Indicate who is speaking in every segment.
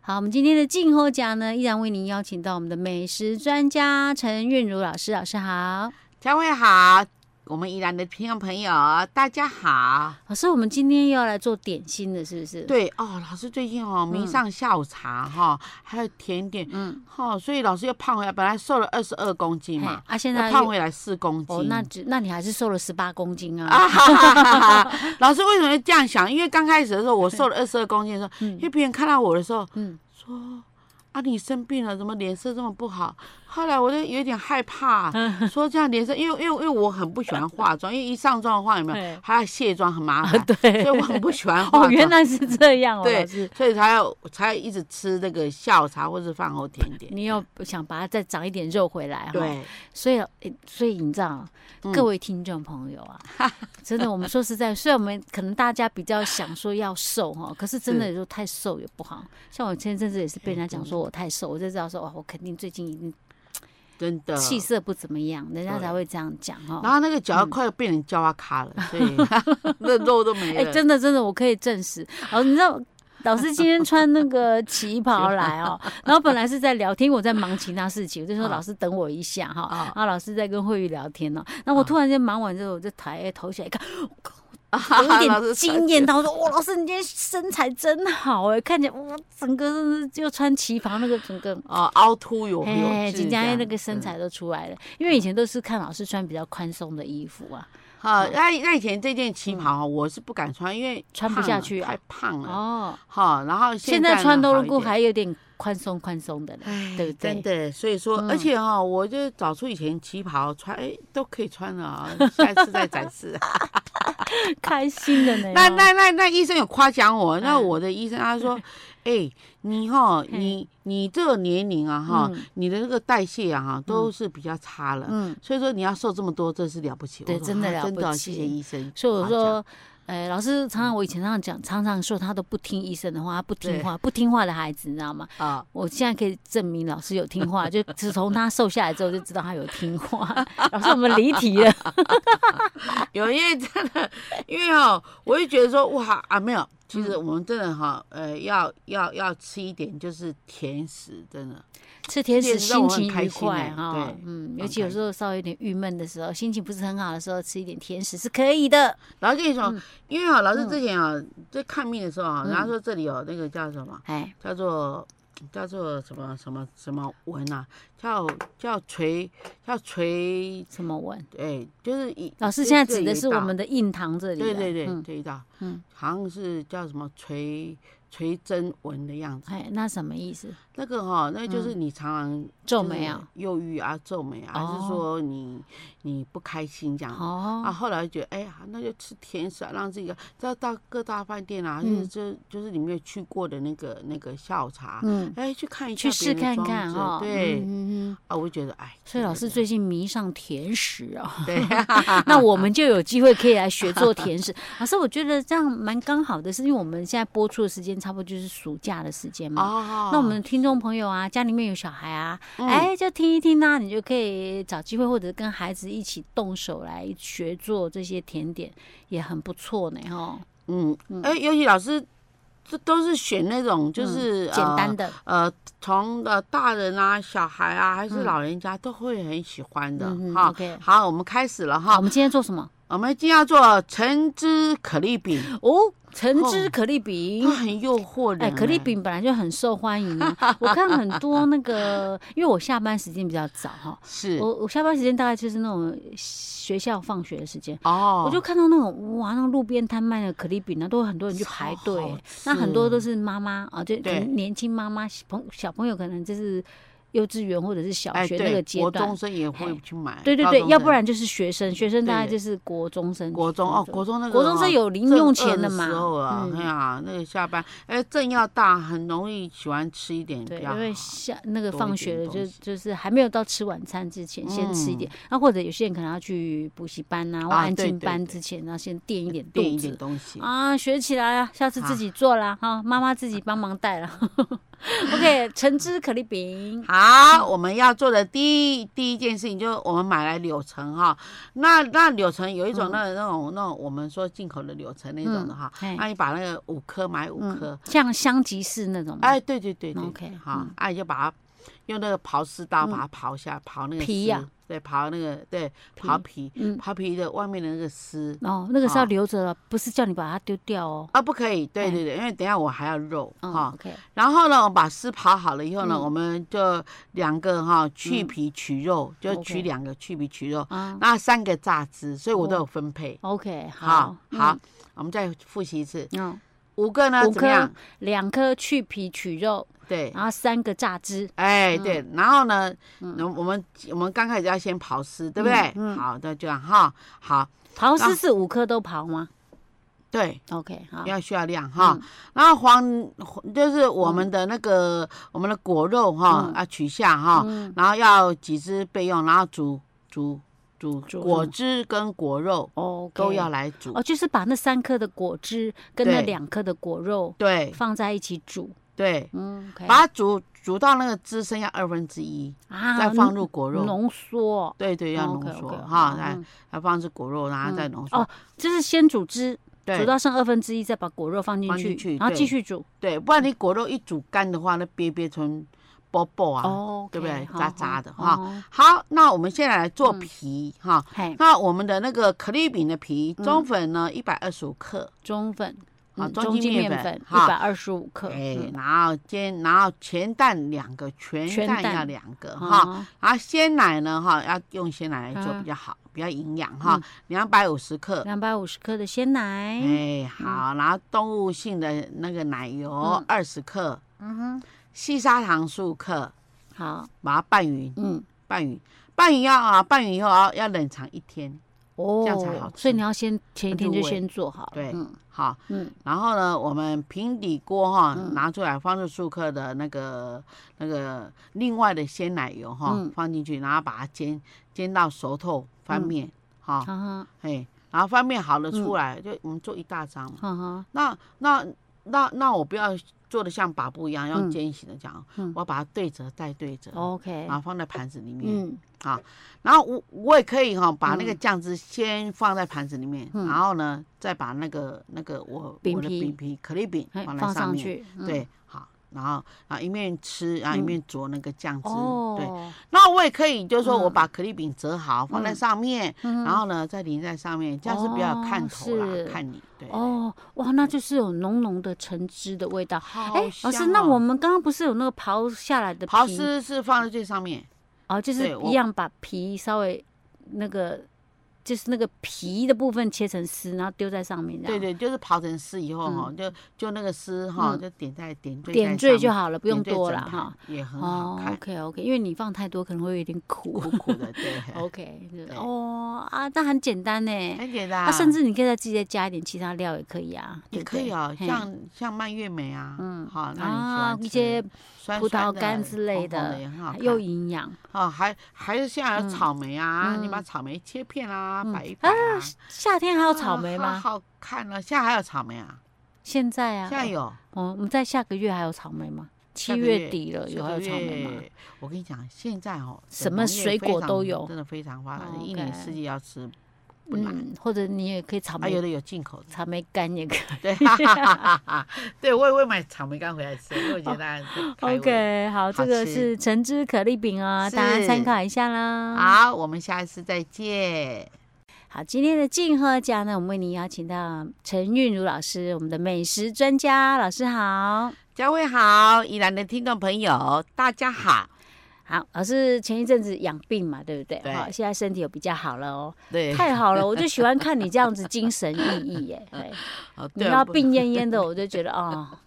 Speaker 1: 好，我们今天的静候奖呢，依然为您邀请到我们的美食专家陈韵如老师，老师好。
Speaker 2: 嘉惠好，我们宜兰的听众朋友大家好。
Speaker 1: 老师，我们今天又要来做点心了，是不是？，
Speaker 2: 对哦，老师最近哦迷上下午茶哈、还有甜点，
Speaker 1: 嗯，
Speaker 2: 哦，所以老师又胖回来，本来瘦了二十二公斤嘛
Speaker 1: 嘿，啊，现
Speaker 2: 又
Speaker 1: 在
Speaker 2: 胖
Speaker 1: 又
Speaker 2: 回来四公斤。
Speaker 1: 哦，那只那你还是瘦了十八公斤啊。
Speaker 2: 啊哈哈哈哈！ 老师为什么会这样想？因为刚开始的时候，我瘦了二十二公斤的时候，因为别人看到我的时候，
Speaker 1: 嗯
Speaker 2: 说：“啊，你生病了，怎么脸色这么不好？”后来我就有点害怕，
Speaker 1: 嗯
Speaker 2: 说这样脸色，因为因为因为我很不喜欢化妆，因为一上妆的话有没
Speaker 1: 对
Speaker 2: 有还要卸妆，很麻 烦，
Speaker 1: 啊对
Speaker 2: 所以我很不喜欢化
Speaker 1: 哦，
Speaker 2: 妆。
Speaker 1: 原来是这样哦，
Speaker 2: 对
Speaker 1: 老师，，
Speaker 2: 所以才要才要一直吃那个下午茶或是饭后甜点。
Speaker 1: 你哦要想把它再长一点肉回来哈。
Speaker 2: 对，
Speaker 1: 所以，诶所以你知道，
Speaker 2: 嗯
Speaker 1: 各位听众朋友啊，真的，我们说实在，虽然我们可能大家比较想说要瘦哈，可是真的有时候太瘦也不好。像我前阵子也是被人家讲说我太瘦，我就知道说哇，我肯定最近一定
Speaker 2: 真的。
Speaker 1: 气哦色不怎么样，人家才会这样讲
Speaker 2: 啊然
Speaker 1: 哈。
Speaker 2: 后那个脚要快要变成焦阿卡了，所以那肉都没
Speaker 1: 嗯哎、
Speaker 2: 了。
Speaker 1: 真的真的，我可以证实。哦，你知道。老师今天穿那个旗袍来哦，然后本来是在聊天，因为我在忙其他事情，我就说
Speaker 2: 啊
Speaker 1: 老师等我一下哈，
Speaker 2: 啊
Speaker 1: 然后老师在跟慧玉聊天哦，然后我突然间忙完之后，我就抬头起来一看。 有一
Speaker 2: 老
Speaker 1: 点
Speaker 2: 师
Speaker 1: 惊艳到，说：“哇，老师，你今天身材真好哎！看起来哇，整个真的是又穿旗袍，那个整个，
Speaker 2: 哦，凹凸有
Speaker 1: 哎，
Speaker 2: 有
Speaker 1: 今
Speaker 2: 致，
Speaker 1: 天那个
Speaker 2: 嗯
Speaker 1: 身材都出来了。因为以前都是看老师穿比较宽松的衣服啊，
Speaker 2: 好。那那以前这件旗袍我是不敢穿，因为
Speaker 1: 嗯穿不
Speaker 2: 胖
Speaker 1: 下
Speaker 2: 了
Speaker 1: 去啊
Speaker 2: 太胖了。
Speaker 1: 哦，
Speaker 2: 好，然后
Speaker 1: 现
Speaker 2: 嗯在
Speaker 1: 在穿
Speaker 2: 呢
Speaker 1: 都
Speaker 2: 好
Speaker 1: 如
Speaker 2: 一
Speaker 1: 果
Speaker 2: 点
Speaker 1: 还有点宽松宽松的嘞，对不
Speaker 2: 真
Speaker 1: 对？嗯
Speaker 2: 的，所以说，而且哈，我就找出以前旗袍穿，哎，都可以穿了啊，下一次再展示。
Speaker 1: 哎开心的呢。
Speaker 2: 那
Speaker 1: 哦
Speaker 2: 那那那医生有夸奖我，那
Speaker 1: 嗯
Speaker 2: 我的医生 他说，哎，你哈，你你这个年龄啊哈
Speaker 1: 嗯，
Speaker 2: 你的那个代谢啊哈，都是比较差了，
Speaker 1: 嗯，
Speaker 2: 所以说你要瘦这么多，这是了不起。
Speaker 1: 对
Speaker 2: 我说
Speaker 1: 真的
Speaker 2: 啊
Speaker 1: 了
Speaker 2: 真
Speaker 1: 不
Speaker 2: 的，
Speaker 1: 起
Speaker 2: 谢谢医生。
Speaker 1: 所以我
Speaker 2: 夸
Speaker 1: 说。呃，老师常常我以前常常讲，常常说他都不听医生的话，他不听
Speaker 2: 对
Speaker 1: 话，不听话的孩子，你知道吗？
Speaker 2: 奖啊，
Speaker 1: 我现在可以证明老师有听 话，就自从他瘦下来之后就知道他有听话。老师，我们离题 了。
Speaker 2: 啊有，因为真的，因为哈，我就觉得说，哇啊，没有，其
Speaker 1: 嗯
Speaker 2: 实我们真的哈，呃，要要要吃一点就是甜食，真的，
Speaker 1: 吃甜食
Speaker 2: 这也是让
Speaker 1: 心
Speaker 2: 我很
Speaker 1: 情愉
Speaker 2: 开心
Speaker 1: 快
Speaker 2: 的
Speaker 1: 哈、
Speaker 2: 对
Speaker 1: 嗯，
Speaker 2: 很
Speaker 1: 尤其有
Speaker 2: 开
Speaker 1: 时候稍微有点郁闷的时候，心情不是很好的时候，吃一点甜食是可以的。
Speaker 2: 然后跟你说，因为啊，老师
Speaker 1: 嗯
Speaker 2: 之前啊，在看病的时候啊，
Speaker 1: 嗯
Speaker 2: 人家说这里有那个叫什么，
Speaker 1: 哎，
Speaker 2: 叫做叫做什么什么什么纹啊，叫叫垂叫垂，
Speaker 1: 什么文？
Speaker 2: 哎，就是一
Speaker 1: 老师
Speaker 2: 这
Speaker 1: 现在
Speaker 2: 这
Speaker 1: 指
Speaker 2: 有
Speaker 1: 的
Speaker 2: 一
Speaker 1: 是我
Speaker 2: 道
Speaker 1: 们的印堂这里啊。
Speaker 2: 对对对
Speaker 1: 嗯，
Speaker 2: 这一道，
Speaker 1: 嗯
Speaker 2: 嗯，好像是叫什么垂垂针纹的样子，
Speaker 1: 哎，那什么意思？
Speaker 2: 那个哈，那就是你常常
Speaker 1: 皱眉啊？，
Speaker 2: 忧郁啊，皱眉啊，还
Speaker 1: 哦
Speaker 2: 是说你你不开心这样子？啊，
Speaker 1: 哦，
Speaker 2: 后来就觉得，哎呀，那就吃甜食啊，让自己到到各大饭店啊，
Speaker 1: 嗯
Speaker 2: 就是就就是你没有去过的那个那个下午茶，
Speaker 1: 嗯，
Speaker 2: 哎，去看一下
Speaker 1: 去试
Speaker 2: 别
Speaker 1: 看
Speaker 2: 人的
Speaker 1: 看
Speaker 2: 装置
Speaker 1: 哦。
Speaker 2: 对，
Speaker 1: 嗯嗯嗯
Speaker 2: 啊，我就觉得，哎，
Speaker 1: 所以老师
Speaker 2: 真
Speaker 1: 最近迷上甜食啊、
Speaker 2: 的对，
Speaker 1: 那我们就有机会可以来学做甜食。 老师，我觉得这样蛮刚好的，是因为我们现在播出的时间差不多就是暑假的时间嘛。
Speaker 2: 哦，
Speaker 1: 那我们的听众朋友啊，家里面有小孩啊，
Speaker 2: 嗯
Speaker 1: 哎、就听一听啦、你就可以找机会或者跟孩子一起动手来学做这些甜点，也很不错呢，哈，
Speaker 2: 嗯，哎，尤其老师，这都是选那种就
Speaker 1: 嗯
Speaker 2: 是
Speaker 1: 简单。的，
Speaker 2: 呃呃，从呃大人啊、小孩啊，还是
Speaker 1: 嗯
Speaker 2: 老人家都会很喜欢的
Speaker 1: 嗯嗯
Speaker 2: 哈。
Speaker 1: ，OK
Speaker 2: 好，我们开始了
Speaker 1: 好，
Speaker 2: 哈
Speaker 1: 我。们今天做什么？
Speaker 2: 我们今天要做橙汁可丽饼，
Speaker 1: 哦，橙汁可丽 饼
Speaker 2: 它。很诱惑人、
Speaker 1: 嗯哎，可丽，饼本来就很受欢迎啊！我看很多那个，因为我下班时间比较早哈，
Speaker 2: 是
Speaker 1: 我我下班时间大概就是那种学校放学的时间，
Speaker 2: 哦，
Speaker 1: 我就看到那种哇，那路边摊卖的可丽饼啊，都有很多人去排队、欸
Speaker 2: 超好
Speaker 1: 那很多
Speaker 2: 吃
Speaker 1: 都是妈妈啊，就可
Speaker 2: 对
Speaker 1: 能年轻妈妈小朋小朋友可能就是幼稚园或者是小
Speaker 2: 哎，
Speaker 1: 学
Speaker 2: 对，
Speaker 1: 那个阶
Speaker 2: 国
Speaker 1: 段
Speaker 2: 中。生也会
Speaker 1: 嘿
Speaker 2: 去买，
Speaker 1: 对对
Speaker 2: 高
Speaker 1: 对，
Speaker 2: 中
Speaker 1: 要不
Speaker 2: 生
Speaker 1: 然就是学生，学生大概
Speaker 2: 对
Speaker 1: 就是国中生。
Speaker 2: 国中哦，国中那个
Speaker 1: 国中
Speaker 2: 哦
Speaker 1: 生有零
Speaker 2: 正
Speaker 1: 用
Speaker 2: 饿
Speaker 1: 钱
Speaker 2: 的
Speaker 1: 嘛
Speaker 2: 时候啊，哎
Speaker 1: 嗯
Speaker 2: 呀，那个下班哎，正要大，很容易喜欢吃一点
Speaker 1: 对，
Speaker 2: 比较
Speaker 1: 因为
Speaker 2: 好。
Speaker 1: 下那个
Speaker 2: 多一
Speaker 1: 放
Speaker 2: 点
Speaker 1: 学了
Speaker 2: 东
Speaker 1: 就
Speaker 2: 西嗯
Speaker 1: 就是还没有到吃晚餐之前，先吃一点。那、或者有些人可能要去补习班啊，或
Speaker 2: 啊
Speaker 1: 安
Speaker 2: 对
Speaker 1: 静
Speaker 2: 对
Speaker 1: 班
Speaker 2: 对
Speaker 1: 之前，然后先垫一点肚
Speaker 2: 垫一
Speaker 1: 子
Speaker 2: 点。啊东西，
Speaker 1: 啊，学起来了，下次自己做啦，哈、妈妈自己帮忙带了。OK，橙汁可丽饼，
Speaker 2: 好，好，我们要做的第一第一件事情就是我们买来柳橙哈，那那柳橙有一种那那种那种我们说进口的柳橙那种的哈，
Speaker 1: 嗯嗯嘿嗯
Speaker 2: 那你把那个五颗买五颗，
Speaker 1: 像香吉士那种吗
Speaker 2: 哎，对对对对
Speaker 1: OK，
Speaker 2: 好
Speaker 1: 嗯，
Speaker 2: 哎就把它用那个刨丝刀把它刨下刨那个
Speaker 1: 皮
Speaker 2: 丝
Speaker 1: 呀嗯
Speaker 2: 对，刨那个对刨皮，刨皮的外面的那个丝
Speaker 1: 哦，那个是要
Speaker 2: 哦
Speaker 1: 留着了，不是叫你把它丢掉哦。
Speaker 2: 啊不可以，对
Speaker 1: 嗯
Speaker 2: 对对，因为等一下我还要肉
Speaker 1: 哦
Speaker 2: 哈，
Speaker 1: ，OK，
Speaker 2: 然后呢，我们把丝刨好了以后呢，
Speaker 1: 嗯
Speaker 2: 我们就两个哈去皮取肉，就
Speaker 1: OK
Speaker 2: 取两个去皮取肉，
Speaker 1: 啊
Speaker 2: 那三个榨汁，所以我都有分配。
Speaker 1: ，OK，
Speaker 2: 好
Speaker 1: 哦好，
Speaker 2: 好，我们再复习一次，
Speaker 1: 嗯，嗯，
Speaker 2: 五个呢
Speaker 1: 五
Speaker 2: 怎么样
Speaker 1: 颗？两颗去皮取肉，
Speaker 2: 对，
Speaker 1: 然后三个榨汁，
Speaker 2: 哎对，然后呢，
Speaker 1: 嗯
Speaker 2: 那我们我们刚开始要先刨丝，对不对？好的，这样哈，好，
Speaker 1: 刨
Speaker 2: 然后
Speaker 1: 丝是五颗都刨吗
Speaker 2: 对。
Speaker 1: ？OK，好，
Speaker 2: 要需要量
Speaker 1: 嗯
Speaker 2: 哈，然后黄就是我们的那个我们的果肉
Speaker 1: 嗯
Speaker 2: 哈，要取下哈，然后要几只备用，然后煮煮煮
Speaker 1: 煮
Speaker 2: 果
Speaker 1: 什么
Speaker 2: 汁跟果肉
Speaker 1: OK，
Speaker 2: 都要来煮
Speaker 1: 哦，，就是把那三颗的果汁跟那
Speaker 2: 对
Speaker 1: 两颗的果肉
Speaker 2: 对
Speaker 1: 放在一起煮，
Speaker 2: 对，
Speaker 1: 嗯，OK，
Speaker 2: 把它煮煮到那个汁剩下二分之一，
Speaker 1: 啊
Speaker 2: 再放入果肉，
Speaker 1: 浓缩，
Speaker 2: 对对，要浓
Speaker 1: OK，OK，
Speaker 2: 缩
Speaker 1: 好
Speaker 2: 哈，来
Speaker 1: 嗯
Speaker 2: 来放置果肉，然后再浓
Speaker 1: 哦
Speaker 2: 缩，，
Speaker 1: 就是先煮汁，煮
Speaker 2: 对
Speaker 1: 到剩二分之一，再把果肉放进
Speaker 2: 放进去
Speaker 1: 去，然后
Speaker 2: 对
Speaker 1: 继续煮，
Speaker 2: 对，不然你果肉一煮干的话，那瘪瘪成薄薄啊，
Speaker 1: 哦，
Speaker 2: 对不对
Speaker 1: OK，好
Speaker 2: 渣渣的哈，
Speaker 1: 好
Speaker 2: 好，那我们现在来做皮哈。
Speaker 1: 嘿，
Speaker 2: 那我们的那个可丽饼的皮
Speaker 1: 嗯
Speaker 2: 中粉呢，一百二十五克，
Speaker 1: 中粉，
Speaker 2: 好
Speaker 1: 嗯
Speaker 2: 中
Speaker 1: 中
Speaker 2: 筋
Speaker 1: 筋
Speaker 2: 面
Speaker 1: 面
Speaker 2: 粉
Speaker 1: 粉一
Speaker 2: 哈
Speaker 1: 百二十五克，
Speaker 2: 哎
Speaker 1: 嗯，
Speaker 2: 然后煎，然后全蛋两个，全
Speaker 1: 全
Speaker 2: 蛋
Speaker 1: 蛋嗯
Speaker 2: 要两个哈，，然后鲜奶呢哈，要用鲜奶来做
Speaker 1: 啊
Speaker 2: 比较好，比较营养
Speaker 1: 嗯
Speaker 2: 哈，两百五十克。
Speaker 1: 两百五十克的鲜奶，
Speaker 2: 哎，好，然后动物性的那个奶油二十克，
Speaker 1: 嗯哼，
Speaker 2: 细砂糖十五克，
Speaker 1: 好，
Speaker 2: 把它拌匀，
Speaker 1: 嗯，
Speaker 2: 拌匀，拌匀要啊，拌匀以后要要冷藏一天，
Speaker 1: 哦，
Speaker 2: 样才好嗯
Speaker 1: 所以你要先前一天
Speaker 2: 入
Speaker 1: 就
Speaker 2: 味
Speaker 1: 先做好了，
Speaker 2: 对
Speaker 1: 嗯
Speaker 2: 好，
Speaker 1: 嗯，
Speaker 2: 然后呢，我们平底锅哈、拿出来，放入数克的那个那个另外的鲜奶油哈、
Speaker 1: 嗯
Speaker 2: 放进去，然后把它煎煎到熟透，翻
Speaker 1: 嗯
Speaker 2: 面哈、
Speaker 1: 哈哈。
Speaker 2: 嘿，然后翻面好了出
Speaker 1: 嗯
Speaker 2: 来，就我们做一大张嘛。
Speaker 1: 哈哈，
Speaker 2: 那那那那我不要做的像把布一样，用
Speaker 1: 嗯
Speaker 2: 尖形的这样，
Speaker 1: 嗯
Speaker 2: 我把它对折再对折，
Speaker 1: OK，
Speaker 2: 然后放在盘子里面。
Speaker 1: 嗯，
Speaker 2: 啊，然后我我也可以哈、把那个酱汁先放在盘子里面，
Speaker 1: 嗯
Speaker 2: 然后呢，再把那个那个我
Speaker 1: 饼
Speaker 2: 我的
Speaker 1: 皮
Speaker 2: 饼皮可丽饼
Speaker 1: 哎
Speaker 2: 放在
Speaker 1: 放上
Speaker 2: 面，
Speaker 1: 去，嗯，
Speaker 2: 对，好，然后啊一面吃，然后一面佐那个酱汁，对。
Speaker 1: 哦，
Speaker 2: 那我也可以，就是说我
Speaker 1: 嗯
Speaker 2: 把可丽饼折好放在上面，
Speaker 1: 嗯
Speaker 2: 然后呢再淋在上面，这样是比较有看头啦，
Speaker 1: 哦是
Speaker 2: 看你对。
Speaker 1: 哦，哇，那就是有浓浓的橙汁的味道。
Speaker 2: 好
Speaker 1: 哎，老师，
Speaker 2: 香
Speaker 1: 那
Speaker 2: 哦
Speaker 1: 我们刚刚不是有那个刨下来的皮？
Speaker 2: 刨丝是放在最上面，
Speaker 1: 哦，就
Speaker 2: 对
Speaker 1: 是
Speaker 2: 我
Speaker 1: 一样把皮稍微那个，就是那个皮的部分切成丝，然后丢在上面，这
Speaker 2: 对
Speaker 1: 样
Speaker 2: 对，就是刨成丝以后哈，就就那个丝哈，
Speaker 1: 嗯
Speaker 2: 就点在点缀在
Speaker 1: 点缀
Speaker 2: 上
Speaker 1: 就
Speaker 2: 面
Speaker 1: 好了，不
Speaker 2: 点
Speaker 1: 用
Speaker 2: 缀
Speaker 1: 多
Speaker 2: 整
Speaker 1: 了
Speaker 2: 盘
Speaker 1: 哈。，
Speaker 2: 也很好
Speaker 1: 哦
Speaker 2: 看，
Speaker 1: ，OK OK，因为你放太多可能会有点苦。
Speaker 2: 苦苦 的，对，
Speaker 1: OK，就是
Speaker 2: 对哎
Speaker 1: 哦啊，那很简单呢。
Speaker 2: 很简单
Speaker 1: 啊，甚至你可以再自己再加一点其他料也可以啊，
Speaker 2: 也
Speaker 1: 对不
Speaker 2: 可以
Speaker 1: 对
Speaker 2: 哦，
Speaker 1: 嘿
Speaker 2: 像像蔓越莓啊，嗯，好，那
Speaker 1: 啊
Speaker 2: 你
Speaker 1: 一
Speaker 2: 喜
Speaker 1: 些
Speaker 2: 欢吃酸
Speaker 1: 葡
Speaker 2: 酸
Speaker 1: 萄
Speaker 2: 的
Speaker 1: 干之类
Speaker 2: 红红
Speaker 1: 的嗯
Speaker 2: 的也很好，看，
Speaker 1: 又营养。啊
Speaker 2: 哦，还还是像有草莓啊，你把草莓切片啊，摆一摆啊，
Speaker 1: 夏嗯天还有草莓
Speaker 2: 啊
Speaker 1: 吗？
Speaker 2: 好好看哦，现在还有草莓啊，
Speaker 1: 现在啊，
Speaker 2: 现在有
Speaker 1: 哦，我们在下个月还有草莓吗？七
Speaker 2: 下个
Speaker 1: 月底了，有
Speaker 2: 下
Speaker 1: 还有
Speaker 2: 个
Speaker 1: 草莓吗？
Speaker 2: 月我跟你讲，现在哦，整
Speaker 1: 什么
Speaker 2: 农业
Speaker 1: 水
Speaker 2: 非
Speaker 1: 果
Speaker 2: 常
Speaker 1: 都有
Speaker 2: 真的非常发达，
Speaker 1: 哦
Speaker 2: 一年
Speaker 1: OK
Speaker 2: 四季要吃，不难
Speaker 1: 嗯，或者你也可以草
Speaker 2: 啊，有
Speaker 1: 莓
Speaker 2: 的有进口的。
Speaker 1: 草莓干也可以。
Speaker 2: 对，哈哈哈哈哈！对我也会买草莓干回来吃，因为我觉得大家很开胃
Speaker 1: 哦 OK，好，
Speaker 2: 好
Speaker 1: 这个
Speaker 2: 吃
Speaker 1: 是橙汁可丽饼啊，
Speaker 2: 是
Speaker 1: 大家参考一下啦。
Speaker 2: 好，我们下一次再见。
Speaker 1: 好，今天的静喝家呢，我们为您邀请到陈韵如老师，我们的美食专家，老师好。
Speaker 2: 佳慧好，宜兰的听众朋友，大家好。
Speaker 1: 好，老师前一阵子养病嘛，对不对？
Speaker 2: 对
Speaker 1: 好，现在身体有比较好了哦，
Speaker 2: 对，
Speaker 1: 太好了，我就喜欢看你这样子精神奕奕耶。 对，
Speaker 2: 哦
Speaker 1: 你
Speaker 2: 对
Speaker 1: 要
Speaker 2: 不
Speaker 1: 病恹恹的，我就觉得啊、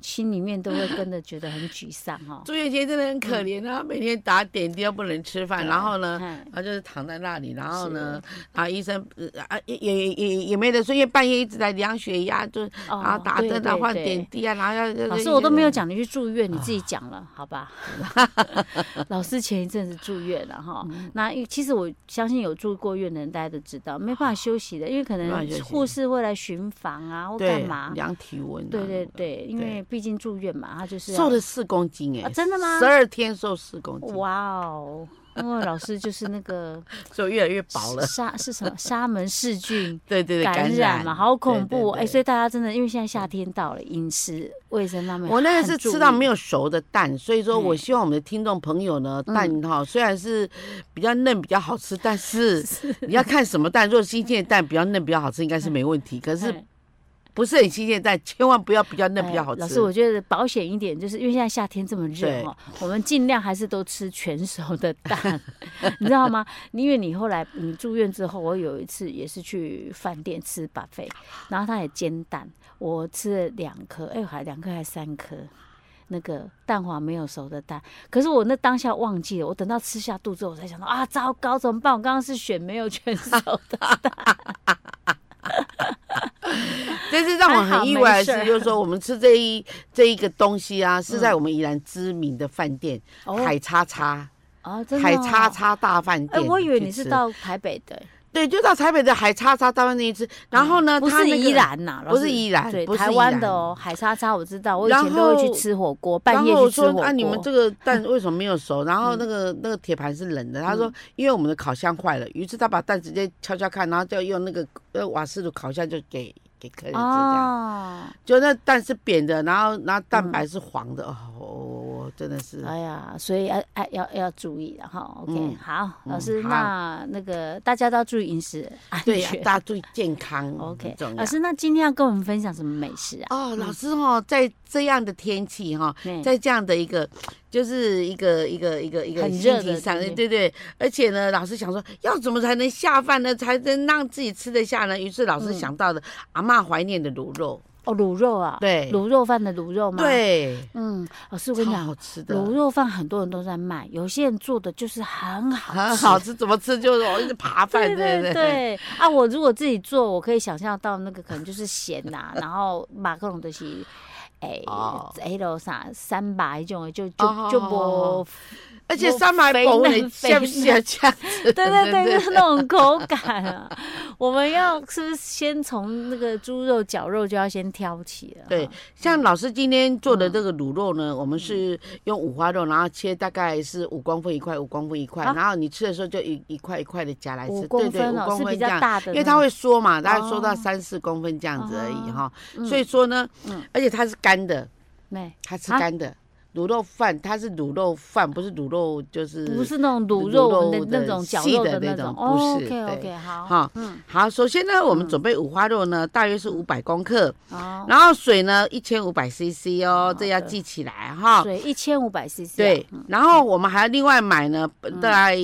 Speaker 1: 心里面都会跟着觉得很沮丧哦哈、
Speaker 2: 朱元杰真的很可怜啊，每天打点滴又不能吃饭，
Speaker 1: 对
Speaker 2: 然后呢，
Speaker 1: 嗯
Speaker 2: 他就是躺在那里，然后呢，然后医生呃啊也也也也没得说，因为半夜一直在量血压，就
Speaker 1: 哦
Speaker 2: 然后打
Speaker 1: 对
Speaker 2: 针啊，
Speaker 1: 对
Speaker 2: 换
Speaker 1: 对
Speaker 2: 点滴啊，然后要
Speaker 1: 老师，我都没有。讲你去住院，你自
Speaker 2: 啊
Speaker 1: 己讲了，好吧？ 老师前一阵子住院了哈，
Speaker 2: 嗯
Speaker 1: 那因为其实我相信有住过院的人，大家都知道，没办法休息的，因为可
Speaker 2: 没办
Speaker 1: 能
Speaker 2: 法休息
Speaker 1: 护士会来巡房啊，或
Speaker 2: 对
Speaker 1: 干嘛，。
Speaker 2: 量体温啊。
Speaker 1: 对对对，因
Speaker 2: 对
Speaker 1: 为毕竟住院嘛，他就是要
Speaker 2: 瘦了四公斤哎、
Speaker 1: 啊真的吗
Speaker 2: 十二天瘦四公斤，
Speaker 1: 哇哦，因为老师就是那 个
Speaker 2: 所以越来越薄了。
Speaker 1: 沙是什么沙门氏菌
Speaker 2: 对对对，
Speaker 1: 感染
Speaker 2: 染
Speaker 1: 嘛，好恐怖哦哎、
Speaker 2: 对对对
Speaker 1: 所以大家真的因为现在夏天到了，饮食卫生方面
Speaker 2: 我那个是吃到没
Speaker 1: 有
Speaker 2: 有熟的蛋，所以说我希望我们的听众朋友呢，蛋
Speaker 1: 嗯
Speaker 2: 哈虽然是比较嫩比较好吃，但是你要看什么蛋。如果新鲜的蛋比较嫩比较好吃，应该是没问题。
Speaker 1: 哎
Speaker 2: 可是不是很新鲜的蛋，千万不要比较嫩比较好吃。
Speaker 1: 哎老师，我觉得保险一点，就是因为现在夏天这么热
Speaker 2: 对
Speaker 1: 哈，我们尽量还是都吃全熟的蛋， 你知道吗？因为你后来你住院之后，我有一次也是去饭店吃 buffet，然后他也煎蛋，我吃了两颗，哎、还两颗还三颗。那个蛋黄没有熟的蛋，可是我那当下忘记了，我等到吃下肚之后，我才想到啊，糟糕，怎么办？我刚刚是选没有全熟的，
Speaker 2: 但是让我
Speaker 1: 还好
Speaker 2: 很意外
Speaker 1: 没事
Speaker 2: 的是，
Speaker 1: 儿
Speaker 2: 就是说我们吃这一这一个东西啊，是在我们宜兰知名的饭店
Speaker 1: 哦
Speaker 2: 海叉叉
Speaker 1: 哦，真的、
Speaker 2: 海叉，叉大饭
Speaker 1: 哎、
Speaker 2: 店去吃。
Speaker 1: 我以为你是到台北的、
Speaker 2: 对，就到台北的海叉叉大饭店去吃。然后
Speaker 1: 嗯
Speaker 2: 呢，
Speaker 1: 不
Speaker 2: 它
Speaker 1: 是
Speaker 2: 那个
Speaker 1: 宜兰呐、老
Speaker 2: 不
Speaker 1: 师
Speaker 2: 是宜兰
Speaker 1: 对，
Speaker 2: 不是
Speaker 1: 台
Speaker 2: 宜
Speaker 1: 湾
Speaker 2: 兰
Speaker 1: 的哦，海沙沙我知道，我以
Speaker 2: 然
Speaker 1: 前都会去
Speaker 2: 后
Speaker 1: 吃火锅，
Speaker 2: 然
Speaker 1: 半夜
Speaker 2: 后我
Speaker 1: 去吃火
Speaker 2: 说
Speaker 1: 锅。哦
Speaker 2: 啊，你们这个蛋为什么没有熟？然 后那个那个铁盘是冷的。
Speaker 1: 嗯
Speaker 2: 他说，因为我们的烤箱坏了，于是他把蛋直接敲敲看，然后就用那个呃瓦斯炉烤箱就给给客人吃这样。
Speaker 1: 哦，
Speaker 2: 就那蛋是扁的，然后然后蛋白是黄的。哦，我我我真的是
Speaker 1: 嗯哎呀，所以要哎要要注意了哈。OK，、
Speaker 2: 嗯
Speaker 1: 好，老
Speaker 2: 嗯
Speaker 1: 师，
Speaker 2: 好
Speaker 1: 那那个大家都要注意饮食安
Speaker 2: 对呀，
Speaker 1: 全。
Speaker 2: 大家注意健康 很
Speaker 1: OK，
Speaker 2: 重
Speaker 1: 老
Speaker 2: 要。
Speaker 1: 师，那今天要跟我们分享什么美食啊？
Speaker 2: 哦，老师哦，在这样的天气哈、
Speaker 1: 对
Speaker 2: 在这样的一个，就是一个一个一个一个
Speaker 1: 很
Speaker 2: 心
Speaker 1: 热的
Speaker 2: 情上，
Speaker 1: 天气
Speaker 2: 对对，而且呢，老师想说，要怎么才能下饭呢？才能让自己吃得下呢？于是老师想到
Speaker 1: 嗯
Speaker 2: 了阿嬷怀念的卤肉，
Speaker 1: 哦，卤肉啊，
Speaker 2: 对
Speaker 1: 卤肉饭的卤肉吗？，
Speaker 2: 对，
Speaker 1: 嗯，老师，我跟你
Speaker 2: 超
Speaker 1: 讲，
Speaker 2: 好吃的，
Speaker 1: 卤肉饭很多人都在卖，有些人做的就是很好吃，
Speaker 2: 很好吃，怎么吃就是哦我一直扒饭，
Speaker 1: 对
Speaker 2: 对
Speaker 1: 对对啊！我如果自己做，我可以想象到那个可能就是咸呐、 然后马克龙的是。哎
Speaker 2: 哦，
Speaker 1: 哎咯啥三把迄种的，就
Speaker 2: 哦
Speaker 1: 就就 无，
Speaker 2: 而且三百
Speaker 1: 肥
Speaker 2: 口味
Speaker 1: 嫩
Speaker 2: 下不
Speaker 1: 肥
Speaker 2: 下这样子，
Speaker 1: 对对对，就是那种口感啊。我们要是不是先从那个猪肉、绞肉就要先挑起了？
Speaker 2: 对，像
Speaker 1: 嗯
Speaker 2: 老师今天做的这个卤肉呢，我们是用五花肉，然后切大概是五公分一块，五公分一块，
Speaker 1: 啊
Speaker 2: 然后你吃的时候就一一块一块的夹来
Speaker 1: 五
Speaker 2: 吃，对
Speaker 1: 公
Speaker 2: 对，
Speaker 1: 分
Speaker 2: 五
Speaker 1: 哦，
Speaker 2: 公
Speaker 1: 是比
Speaker 2: 分
Speaker 1: 较
Speaker 2: 这样。
Speaker 1: 大的那种，
Speaker 2: 因为它会缩嘛，大概缩
Speaker 1: 哦
Speaker 2: 到三四公分这样子而已哈，
Speaker 1: 嗯
Speaker 2: 所以说呢
Speaker 1: 嗯，
Speaker 2: 而且它是干的，
Speaker 1: 没
Speaker 2: 它是
Speaker 1: 啊
Speaker 2: 干的卤肉饭，它是卤肉饭，不是卤肉就是
Speaker 1: 不是那种卤
Speaker 2: 呃卤
Speaker 1: 肉的
Speaker 2: 肉
Speaker 1: 那
Speaker 2: 的
Speaker 1: 种绞
Speaker 2: 细
Speaker 1: 肉
Speaker 2: 的
Speaker 1: 那
Speaker 2: 那
Speaker 1: 种。哦
Speaker 2: 种不是
Speaker 1: OK
Speaker 2: 对
Speaker 1: OK 好，
Speaker 2: 哈。
Speaker 1: 嗯，
Speaker 2: 好，首先呢，我们准备五花肉呢，大约是五百公克，
Speaker 1: 好，
Speaker 2: 然后水呢一千五百 CC 哦
Speaker 1: 哦，
Speaker 2: 这要
Speaker 1: 对
Speaker 2: 记起来哈。
Speaker 1: 水一千五百 CC，啊
Speaker 2: 对，然后我们还另外买呢，
Speaker 1: 嗯
Speaker 2: 大概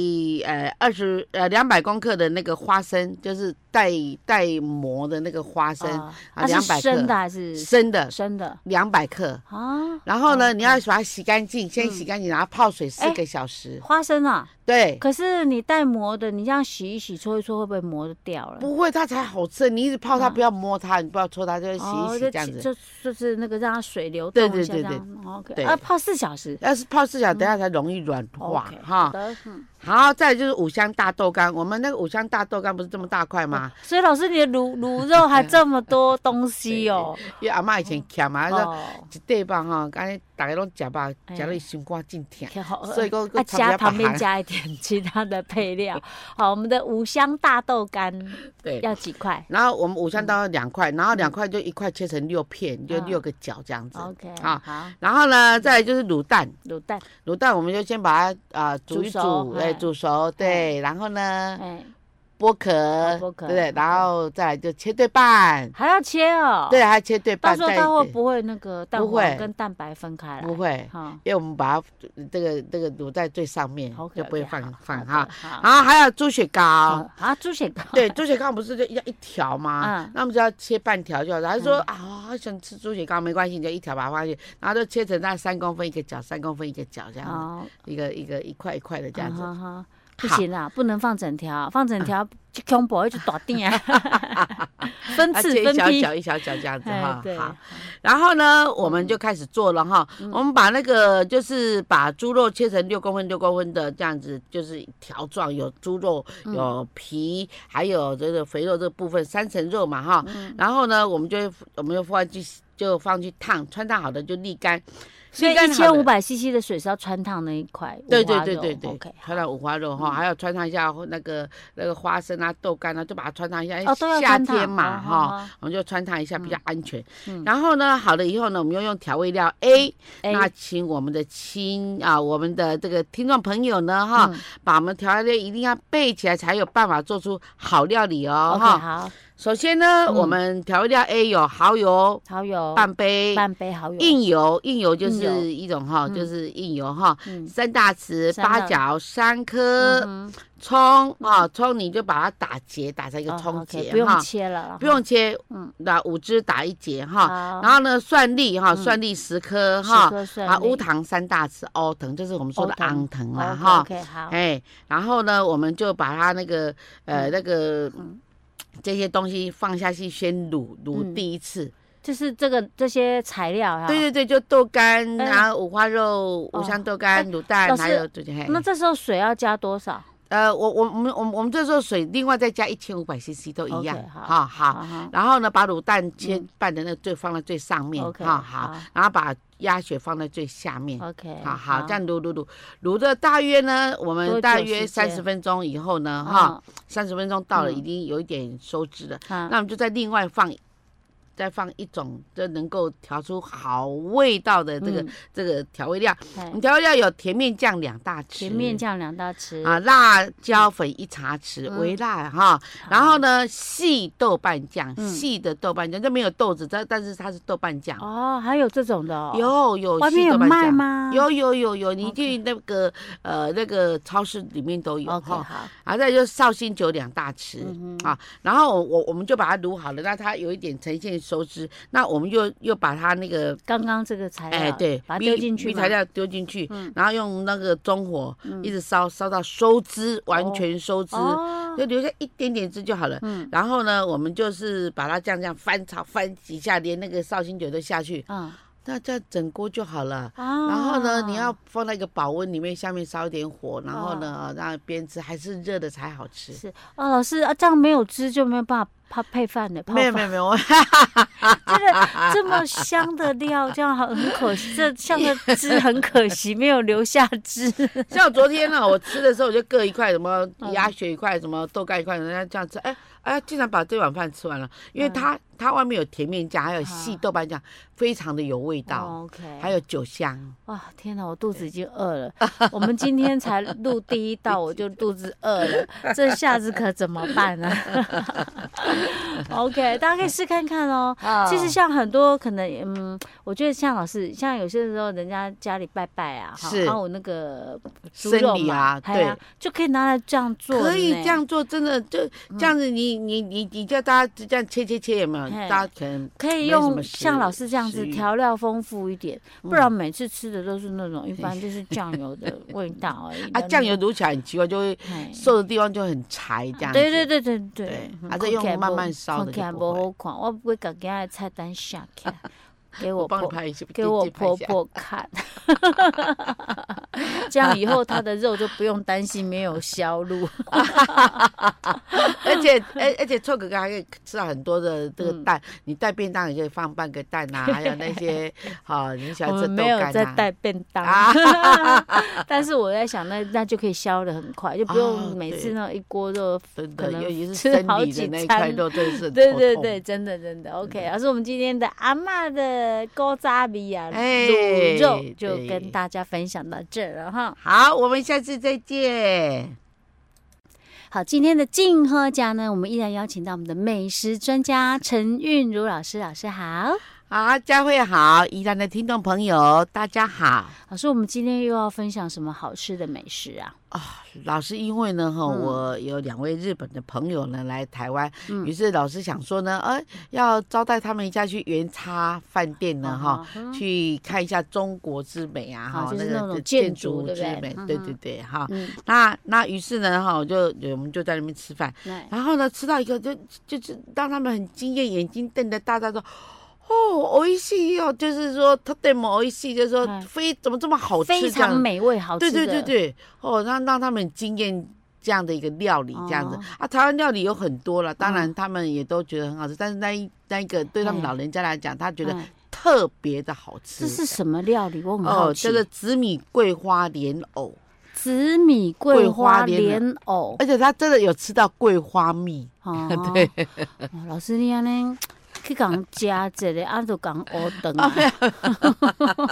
Speaker 2: 呃二十呃两百公克的那个花生，就是带带膜的那个花生，
Speaker 1: 啊它
Speaker 2: 啊200
Speaker 1: 是
Speaker 2: 克
Speaker 1: 生的还是
Speaker 2: 生的
Speaker 1: 生的
Speaker 2: 两百克。
Speaker 1: 啊？
Speaker 2: 然后呢，你要把它洗干净，先洗干净，然后泡水
Speaker 1: 嗯
Speaker 2: 四
Speaker 1: 哎
Speaker 2: 个小时。
Speaker 1: 花生啊，
Speaker 2: 对，
Speaker 1: 可是你带膜的，你这样洗一洗、搓一搓，会不会膜掉了？
Speaker 2: 不会它才好吃。你一直泡它，
Speaker 1: 嗯
Speaker 2: 不要摸它，你不要搓它，就是洗
Speaker 1: 哦，
Speaker 2: 一洗
Speaker 1: 就
Speaker 2: 这样
Speaker 1: 起
Speaker 2: 子。
Speaker 1: 就就是那个让它水流动一下这
Speaker 2: 对对对对
Speaker 1: 样。OK，
Speaker 2: 对
Speaker 1: 啊，泡四小时。
Speaker 2: 要是泡四小时，等下才容易软化
Speaker 1: 嗯 OK，好
Speaker 2: 哈。
Speaker 1: 的，嗯
Speaker 2: 好，再来就是五香大豆干，我们那个五香大豆干不是这么大块吗？
Speaker 1: 所以老师，你的卤卤肉还这么多东西哦。
Speaker 2: 因为阿妈以前徛嘛，她说
Speaker 1: 哦，
Speaker 2: 一对吧哈，安尼大家拢食吧，
Speaker 1: 哎
Speaker 2: 食到伊心肝真疼。
Speaker 1: 可以好，
Speaker 2: 所以说
Speaker 1: 啊
Speaker 2: 又差不多
Speaker 1: 加旁边
Speaker 2: 把它
Speaker 1: 加一点其他的配料。好，我们的五香大豆干
Speaker 2: 对。
Speaker 1: 要几块
Speaker 2: 然后我们五香刀两
Speaker 1: 嗯
Speaker 2: 块，然后两块就一块切成六片，就六个角这样子。
Speaker 1: ？OK，
Speaker 2: 好
Speaker 1: 嗯好，
Speaker 2: 然后呢，再来就是卤蛋，
Speaker 1: 卤蛋，
Speaker 2: 卤蛋我们就先把它啊、呃煮一
Speaker 1: 煮熟
Speaker 2: 煮，哎，
Speaker 1: 哎
Speaker 2: 煮熟，对。然后呢，
Speaker 1: 哎，
Speaker 2: 剥壳，
Speaker 1: 剥壳
Speaker 2: 对不对
Speaker 1: 嗯，
Speaker 2: 然后再来就切对半，
Speaker 1: 还要切哦。
Speaker 2: 对，还切对
Speaker 1: 到
Speaker 2: 半。
Speaker 1: 时候
Speaker 2: 再
Speaker 1: 它会不会那个蛋
Speaker 2: 不会
Speaker 1: 黄跟蛋白分开来？
Speaker 2: 不会，
Speaker 1: 哈，
Speaker 2: 因为我们把它这个这个卤在最上面
Speaker 1: 好，，啊
Speaker 2: 就不会放放哈。
Speaker 1: 好的
Speaker 2: 然后还有猪血
Speaker 1: 好
Speaker 2: 糕，
Speaker 1: 啊，猪血 糕，
Speaker 2: 对，猪血糕不是就要一条吗？
Speaker 1: 嗯
Speaker 2: 那我们就要切半条就好了。他就说、啊，我好想吃猪血糕，没关系，你就一条把它放进去，然后就切成那三公分一个角，三公分一个角这样子，
Speaker 1: 好，
Speaker 2: 一个一个一块一块的这样子。
Speaker 1: 哦
Speaker 2: 嗯
Speaker 1: 嗯哼哼不行啦，不能放整条，放整条就恐怖，就打定 啊。分
Speaker 2: 而
Speaker 1: 次
Speaker 2: 且一
Speaker 1: 分
Speaker 2: 小
Speaker 1: 批，
Speaker 2: 角一小角这样子
Speaker 1: 哎
Speaker 2: 哈，
Speaker 1: 对，
Speaker 2: 好。然后呢，我们就开始做了哈。我们把那个就是把猪肉切成六公分、六公分的这样子，就是条状，有猪肉、有皮，还有这个肥肉这部分三层肉嘛哈。然后呢，我们就我们就放去就放去烫，穿烫好的就沥干。
Speaker 1: 所以
Speaker 2: 沥干
Speaker 1: 一
Speaker 2: 好
Speaker 1: 千五
Speaker 2: 了。
Speaker 1: 百 CC 的水是要穿烫那一块五
Speaker 2: 对对
Speaker 1: 花
Speaker 2: 对
Speaker 1: 肉
Speaker 2: 对对
Speaker 1: ，OK，，
Speaker 2: 穿上五花肉哈，还要穿上一下那个那个花生啊、豆干啊，就把它穿上一下。因为
Speaker 1: 哦都要
Speaker 2: 夏
Speaker 1: 穿烫
Speaker 2: 天嘛
Speaker 1: 哦
Speaker 2: 哈，
Speaker 1: 好好
Speaker 2: 我们就穿烫一下比较安全。
Speaker 1: 嗯
Speaker 2: 然后呢，好了以后呢，我们又用调味料 A，、
Speaker 1: 哎
Speaker 2: 那请我们的亲啊，我们的这个听众朋友呢哈，
Speaker 1: 嗯
Speaker 2: 把我们调味料一定要背起来，才有办法做出好料理哦
Speaker 1: OK，
Speaker 2: 哈。
Speaker 1: 好，
Speaker 2: 首先呢，
Speaker 1: 嗯
Speaker 2: 我们调味料 A 有蚝油
Speaker 1: 好友
Speaker 2: 半杯。
Speaker 1: 半杯好友，
Speaker 2: 硬油，硬油就
Speaker 1: 硬油
Speaker 2: 是一种哈，
Speaker 1: 嗯
Speaker 2: 就是硬油哈，
Speaker 1: 嗯
Speaker 2: 三大匙
Speaker 1: 三大
Speaker 2: 八角三颗，
Speaker 1: 嗯哼
Speaker 2: 葱啊，葱你就把它打结，打成一个
Speaker 1: 哦
Speaker 2: 葱
Speaker 1: OK，
Speaker 2: 结
Speaker 1: 不用
Speaker 2: 哈，
Speaker 1: 切了，
Speaker 2: 不用切
Speaker 1: 嗯，
Speaker 2: 那五只打一结哈。
Speaker 1: 哈
Speaker 2: 然后呢，蒜粒哈，
Speaker 1: 嗯
Speaker 2: 蒜粒十颗哈，啊，乌
Speaker 1: 糖
Speaker 2: 糖三大匙，欧藤就是我们说的
Speaker 1: 欧藤
Speaker 2: 昂藤啦哈。
Speaker 1: ，OK，好，哦
Speaker 2: 哎，然后呢，我们就把它那个
Speaker 1: 嗯
Speaker 2: 呃那个这些东西放下去，先卤卤
Speaker 1: 嗯
Speaker 2: 第一次。
Speaker 1: 就是这个这些材料哈，
Speaker 2: 对对对，就豆干，
Speaker 1: 哎
Speaker 2: 然后五花肉、五香
Speaker 1: 哦
Speaker 2: 豆干、卤
Speaker 1: 老
Speaker 2: 蛋，
Speaker 1: 师
Speaker 2: 还有这些。嘿
Speaker 1: 那这时候水要加多少？
Speaker 2: 呃，我我我们我们我们这时候水另外再加一千五百 CC 都一样
Speaker 1: OK，，好
Speaker 2: 哈好。
Speaker 1: 啊
Speaker 2: 然后呢，把卤蛋切
Speaker 1: 嗯
Speaker 2: 拌的那个最放在最上面，
Speaker 1: OK，
Speaker 2: 哈
Speaker 1: 好
Speaker 2: 好。然后把鸭血放在最下面，
Speaker 1: 哈，OK，
Speaker 2: 好好这样卤卤卤卤的大约呢，我们
Speaker 1: 多
Speaker 2: 大
Speaker 1: 久
Speaker 2: 约
Speaker 1: 时
Speaker 2: 三
Speaker 1: 间
Speaker 2: 十分钟以后呢，哈，，三十分钟到了
Speaker 1: 嗯
Speaker 2: 已经有一点收汁了，
Speaker 1: 那
Speaker 2: 那我们就再另外放。再放一种就能够调出好味道的这个、
Speaker 1: 嗯
Speaker 2: 这个调味料，你调味料有甜面酱两大匙，
Speaker 1: 哎甜面酱两大匙
Speaker 2: 啊，辣椒粉一茶匙，
Speaker 1: 嗯
Speaker 2: 微辣哈。然后呢，细豆瓣酱，
Speaker 1: 嗯
Speaker 2: 细的豆瓣酱，这没有豆子，但但是它是豆瓣酱。
Speaker 1: 哦，还有这种的哦，
Speaker 2: 有有
Speaker 1: 外面
Speaker 2: 细豆
Speaker 1: 有
Speaker 2: 瓣
Speaker 1: 卖
Speaker 2: 酱？
Speaker 1: 吗？
Speaker 2: 有有有有，你
Speaker 1: OK
Speaker 2: 去那个呃那个超市里面都有
Speaker 1: ，OK，
Speaker 2: 哈。
Speaker 1: 好，
Speaker 2: 啊，再就是绍兴酒两大匙。
Speaker 1: 嗯
Speaker 2: 啊，然后我我我们就把它卤好了，那它有一点呈现熟汁，那我们又又把它那个
Speaker 1: 刚刚这个材料，
Speaker 2: 哎，对，
Speaker 1: 把它
Speaker 2: 米
Speaker 1: 丢进去
Speaker 2: 米
Speaker 1: 嘛嗯
Speaker 2: 材料丢进去，然后用那个中火一直烧，烧到收汁，完
Speaker 1: 哦
Speaker 2: 全收汁，
Speaker 1: 哦，
Speaker 2: 就留下一点点汁就好了。
Speaker 1: 嗯
Speaker 2: 然后呢，我们就是把它这样这样翻炒翻几下，连那个绍兴酒都下去，
Speaker 1: 嗯
Speaker 2: 那这样整锅就好了。
Speaker 1: 啊，
Speaker 2: 然后呢，你要放在一个保温里面，下面烧一点火，然
Speaker 1: 哦
Speaker 2: 后呢，让边吃，还是热的才好吃。
Speaker 1: 是哦，老师啊，这样没有汁就没有办法泡配饭的，泡
Speaker 2: 没有
Speaker 1: 饭
Speaker 2: 没有没有，我
Speaker 1: 这个这么香的料，这样好很可惜，这像个汁很可惜，没有留下 汁。
Speaker 2: 像我昨天啊呢，我吃的时候我就各一块什么
Speaker 1: 嗯
Speaker 2: 鸭血一块，什么豆干一块，人家这样吃，哎哎，竟然把这碗饭吃完了，因为
Speaker 1: 嗯
Speaker 2: 它它外面有甜面酱，还有细豆瓣酱，非常的有味道，
Speaker 1: OK，
Speaker 2: 还有酒香。
Speaker 1: 哇，天哪，我肚子已经饿了。我们今天才录第一道，我就肚子饿 了，这下子可怎么办呢？OK，大家可以试看看哦。
Speaker 2: 嗯
Speaker 1: 其实像很多可能，嗯，我觉得像老师，像有些时候人家家里拜拜啊，哈，
Speaker 2: 是
Speaker 1: 然后我那个猪
Speaker 2: 生
Speaker 1: 肉
Speaker 2: 理
Speaker 1: 嘛
Speaker 2: 啊
Speaker 1: 哎呀就可以拿来这样做，嗯
Speaker 2: 可以这。样做，真的就这样子，你你你你叫大家这样切切切有没有？
Speaker 1: 嘿
Speaker 2: 大家可能
Speaker 1: 可以
Speaker 2: 没什么嗯
Speaker 1: 用
Speaker 2: 食
Speaker 1: 像老师这样
Speaker 2: 食
Speaker 1: 子
Speaker 2: 欲
Speaker 1: 调料丰富一点，不然每次吃的都是那种一般就是酱油 的味道而已。
Speaker 2: 啊酱油卤起来很奇怪，就会
Speaker 1: 嘿，
Speaker 2: 瘦的地方就很柴这样
Speaker 1: 嗯
Speaker 2: 子。
Speaker 1: 对对对对
Speaker 2: 对
Speaker 1: 对，
Speaker 2: 啊这用慢慢烧的
Speaker 1: 看起来
Speaker 2: 就不
Speaker 1: 不
Speaker 2: 会
Speaker 1: 好看，我不会把给他的菜单下 起来，给
Speaker 2: 我
Speaker 1: 我
Speaker 2: 帮你
Speaker 1: 婆
Speaker 2: 拍一下，
Speaker 1: 给我
Speaker 2: 自己拍一
Speaker 1: 婆
Speaker 2: 下。
Speaker 1: 婆看， 这样以后她的肉就不用担心没有销 路。
Speaker 2: 而且，而而且臭哥哥还可以吃到很多的这个
Speaker 1: 嗯
Speaker 2: 蛋，你带便当也可以放半个蛋啊，还有那 些，好、你喜欢
Speaker 1: 我
Speaker 2: 吃
Speaker 1: 们
Speaker 2: 豆
Speaker 1: 没有
Speaker 2: 干
Speaker 1: 在
Speaker 2: 啊。
Speaker 1: 带便当， 但是我在想，那那就可以消的很快，就不
Speaker 2: 哦
Speaker 1: 用每
Speaker 2: 对
Speaker 1: 次那一锅肉
Speaker 2: 真
Speaker 1: 可
Speaker 2: 的，
Speaker 1: 能
Speaker 2: 尤其是
Speaker 1: 吃
Speaker 2: 生
Speaker 1: 好
Speaker 2: 理的
Speaker 1: 几
Speaker 2: 那一
Speaker 1: 餐
Speaker 2: 块肉，真的是很
Speaker 1: 对
Speaker 2: 头
Speaker 1: 对
Speaker 2: 痛
Speaker 1: 对，，真的真的，OK。老师，我们今天的阿嬷的高扎比亚
Speaker 2: 哎
Speaker 1: 啊卤肉就
Speaker 2: 对
Speaker 1: 跟大家分享到这儿了哈。
Speaker 2: 好，我们下次再见。
Speaker 1: 好，今天的静喝家呢，我们依然邀请到我们的美食专家陈韵如老师，老师好。
Speaker 2: 好，佳慧好，宜兰的听众朋友大家好。
Speaker 1: 老师，我们今天又要分享什么好吃的美食啊？
Speaker 2: 老师，因为呢哈，
Speaker 1: 嗯
Speaker 2: 我有两位日本的朋友呢来台湾，
Speaker 1: 嗯
Speaker 2: 于是老师想说呢，呃，要招待他们一下去元叉饭店呢哈，
Speaker 1: 嗯哼
Speaker 2: 去看一下中国之美啊
Speaker 1: 啊
Speaker 2: 哈，
Speaker 1: 就是那
Speaker 2: 个
Speaker 1: 种
Speaker 2: 的
Speaker 1: 建
Speaker 2: 建
Speaker 1: 筑
Speaker 2: 筑
Speaker 1: 对
Speaker 2: 之
Speaker 1: 不对
Speaker 2: 美
Speaker 1: 嗯，
Speaker 2: 对
Speaker 1: 哼
Speaker 2: 对对哈。
Speaker 1: 嗯，
Speaker 2: 那那于是呢哈，我就我们就在那边吃饭，
Speaker 1: 对，
Speaker 2: 然后呢吃到一个就就是让他们很惊艳，眼睛瞪得大大说。哦，美味しい哦，就是说，特对も美味しい，就是说
Speaker 1: 哎，
Speaker 2: 非怎么这么好吃，
Speaker 1: 非
Speaker 2: 这样
Speaker 1: 常美味好
Speaker 2: 对
Speaker 1: 吃的，
Speaker 2: 对对对，哦，让让他们惊艳这样的一个料理，这样子、
Speaker 1: 哦嗯
Speaker 2: 啊，台湾料理有很多了，当然他们也都觉得很好吃，但是那一那一个对他们
Speaker 1: 哎
Speaker 2: 老人家来讲，他觉得
Speaker 1: 哎
Speaker 2: 特别的好吃。
Speaker 1: 这是什么料理？我很好
Speaker 2: 哦，
Speaker 1: 奇。
Speaker 2: 这个紫米桂花莲藕，
Speaker 1: 紫米桂花莲藕，
Speaker 2: 而且他真的有吃到桂 花蜜，
Speaker 1: 哦，对，老师你安尼去讲加一个，啊就讲学等
Speaker 2: 哎
Speaker 1: 啊，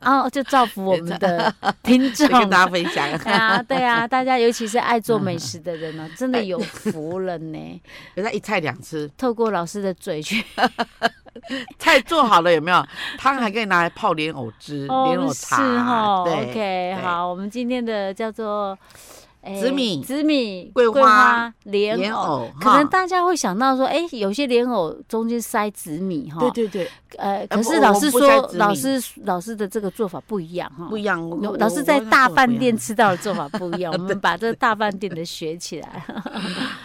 Speaker 1: 啊就造福我们的 听众
Speaker 2: 再。跟大家分享。
Speaker 1: 对 啊，对啊，大家尤其是爱做美食的人呢、哦真的有福了 呢。
Speaker 2: 人家一菜两吃，
Speaker 1: 透过老师的嘴去，
Speaker 2: 菜做好了有没有？汤还可以拿来泡莲藕汁、莲藕
Speaker 1: 哦是
Speaker 2: 茶。
Speaker 1: 哈
Speaker 2: 对
Speaker 1: ，OK，
Speaker 2: 对
Speaker 1: 好，我们今天的叫做。哎
Speaker 2: 紫米
Speaker 1: 紫米、
Speaker 2: 桂花
Speaker 1: 莲
Speaker 2: 莲
Speaker 1: 藕，
Speaker 2: 藕
Speaker 1: 可能
Speaker 2: 哈
Speaker 1: 大家会想到说，哎，有些莲藕中间塞紫米哈，
Speaker 2: 对对对，
Speaker 1: 呃，
Speaker 2: 呃
Speaker 1: 可
Speaker 2: 不
Speaker 1: 是
Speaker 2: 我
Speaker 1: 老
Speaker 2: 们
Speaker 1: 师
Speaker 2: 不
Speaker 1: 说
Speaker 2: 塞紫，米
Speaker 1: 老师老师的这个做法不一样哈，
Speaker 2: 不一样。我
Speaker 1: 哦有
Speaker 2: 我
Speaker 1: 老师在
Speaker 2: 我想
Speaker 1: 大
Speaker 2: 说不一
Speaker 1: 饭
Speaker 2: 样
Speaker 1: 店吃到的做法不一样，我 们把这个大饭店的学起来。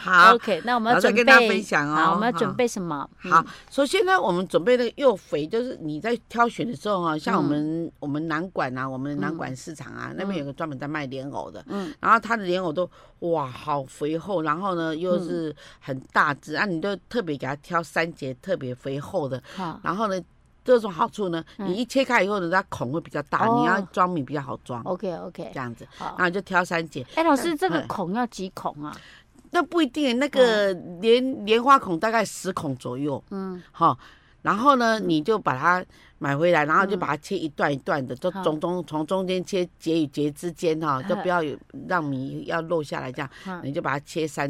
Speaker 2: 好，
Speaker 1: OK，那我们要
Speaker 2: 老师
Speaker 1: 准备
Speaker 2: 跟大家分享哦
Speaker 1: 好，我们要
Speaker 2: 哈
Speaker 1: 准备什么？嗯
Speaker 2: 好，首先呢，我们准备那个幼肥，就是你在挑选的时候啊，
Speaker 1: 嗯
Speaker 2: 像我们、我们南馆啊，我们南馆市场啊，那边有个专门在卖莲藕的，
Speaker 1: 嗯
Speaker 2: 然后它的莲藕都哇好肥厚，然后呢又
Speaker 1: 嗯
Speaker 2: 是很大只、啊，你就特别给它挑三节特别肥厚的，
Speaker 1: 嗯好，
Speaker 2: 然后呢。这种好处呢，
Speaker 1: 嗯
Speaker 2: 你一切开以后呢，它孔会比较大，
Speaker 1: 哦
Speaker 2: 你要装米比较好装，
Speaker 1: OK OK，
Speaker 2: 这样子，
Speaker 1: 好
Speaker 2: 然。后你就挑三节。
Speaker 1: 哎，老师，这个
Speaker 2: 嗯
Speaker 1: 孔要几孔啊？
Speaker 2: 那不一定，那个
Speaker 1: 哦
Speaker 2: 莲莲花孔大概十孔左右，
Speaker 1: 嗯，
Speaker 2: 好，然后呢，你就把它买回来，然后就把它切一段一段的，就
Speaker 1: 嗯好嗯
Speaker 2: 从中从中间切节与节之间哈，就
Speaker 1: 呵
Speaker 2: 不要有让米要漏下来这样，
Speaker 1: 好
Speaker 2: 你就把它切三